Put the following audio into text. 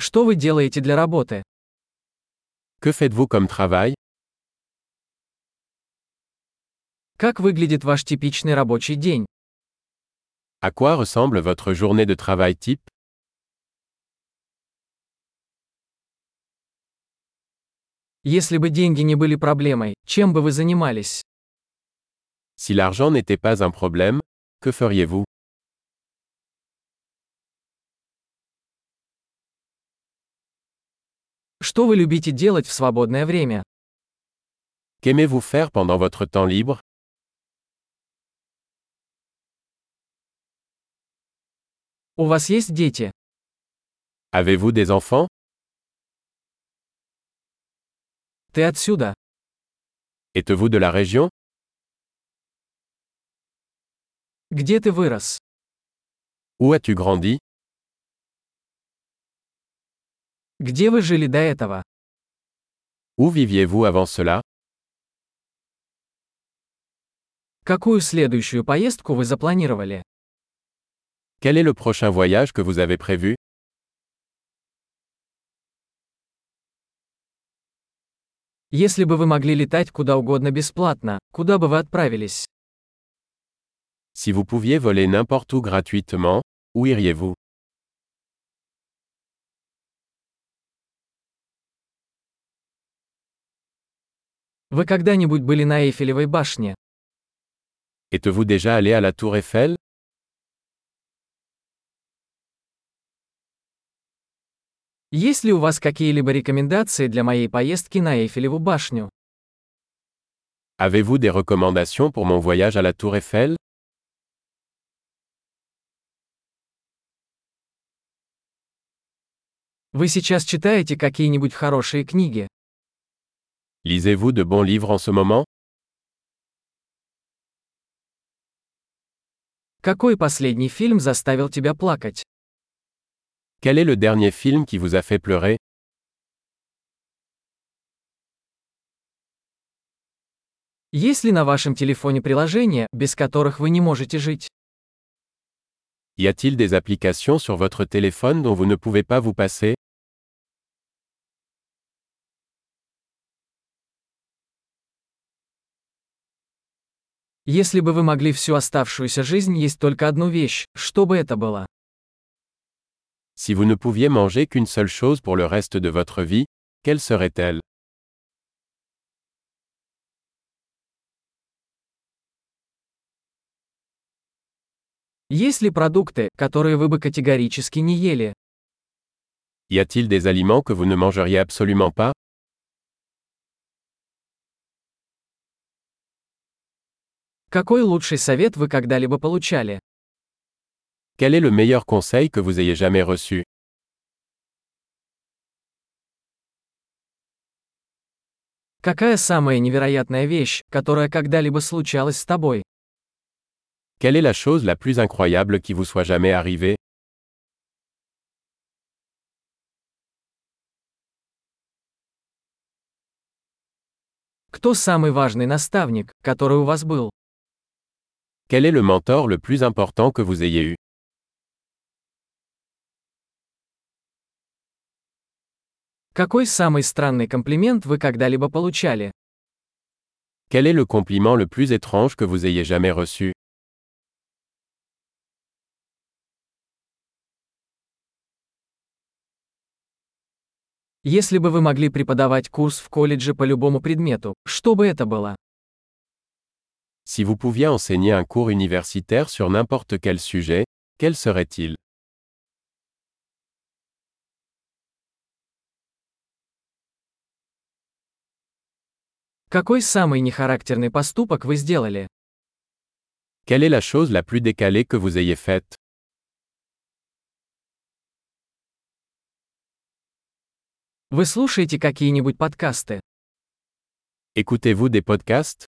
Что вы делаете для работы? Que faites-vous comme travail Как выглядит ваш типичный рабочий день? À quoi ressemble votre journée de travail type Если бы деньги не были проблемой, чем бы вы занимались? Si l'argent n'était pas un problème, que feriez-vous Что вы любите делать в свободное время? Qu'aimez-vous faire pendant votre temps libre У вас есть дети? Avez-vous des enfants Ты отсюда? Êtes-vous de la région Где ты вырос? Où as-tu grandi Где вы жили до этого? Où viviez-vous avant cela Какую следующую поездку вы запланировали? Quel est le prochain voyage que vous avez prévu Если бы вы могли летать куда угодно бесплатно, куда бы вы отправились? Si vous pouviez voler n'importe où gratuitement, où iriez-vous Вы когда-нибудь были на Эйфелевой башне? Êtes-vous déjà allé à la tour Eiffel Есть ли у вас какие-либо рекомендации для моей поездки на Эйфелеву башню? Avez-vous des recommandations pour mon voyage à la tour Eiffel Вы сейчас читаете какие-нибудь хорошие книги? Lisez-vous de bons livres en ce moment Какой последний фильм заставил тебя плакать? Quel est le dernier film qui vous a fait pleurer Есть ли на вашем телефоне приложения, без которых вы не можете жить? Y a-t-il des applications sur votre téléphone dont vous ne pouvez pas vous passer Если бы вы могли всю оставшуюся жизнь есть только одну вещь, что бы это было? Si vous ne pouviez manger qu'une seule chose pour le reste de votre vie, quelle serait-elle Есть ли продукты, которые вы бы категорически не ели? Y a-t-il des aliments que vous ne mangeriez absolument pas Какой лучший совет вы когда-либо получали? Quel est le meilleur conseil que vous ayez jamais reçu Какая самая невероятная вещь, которая когда-либо случалась с тобой? Quelle est la chose la plus incroyable qui vous soit jamais arrivée Кто самый важный наставник, который у вас был? Quel est le mentor le plus important que vous ayez eu Какой самый странный комплимент вы когда-либо получали? Quel est le compliment le plus étrange que vous ayez jamais reçu Если бы вы могли преподавать курс в колледже по любому предмету, что бы это было? Si vous pouviez enseigner un cours universitaire sur n'importe quel sujet, quel serait-il Какой самый нехарактерный поступок вы сделали? Quelle est la chose la plus décalée que vous ayez faite Вы слушаете какие-нибудь подкасты? Écoutez-vous des podcasts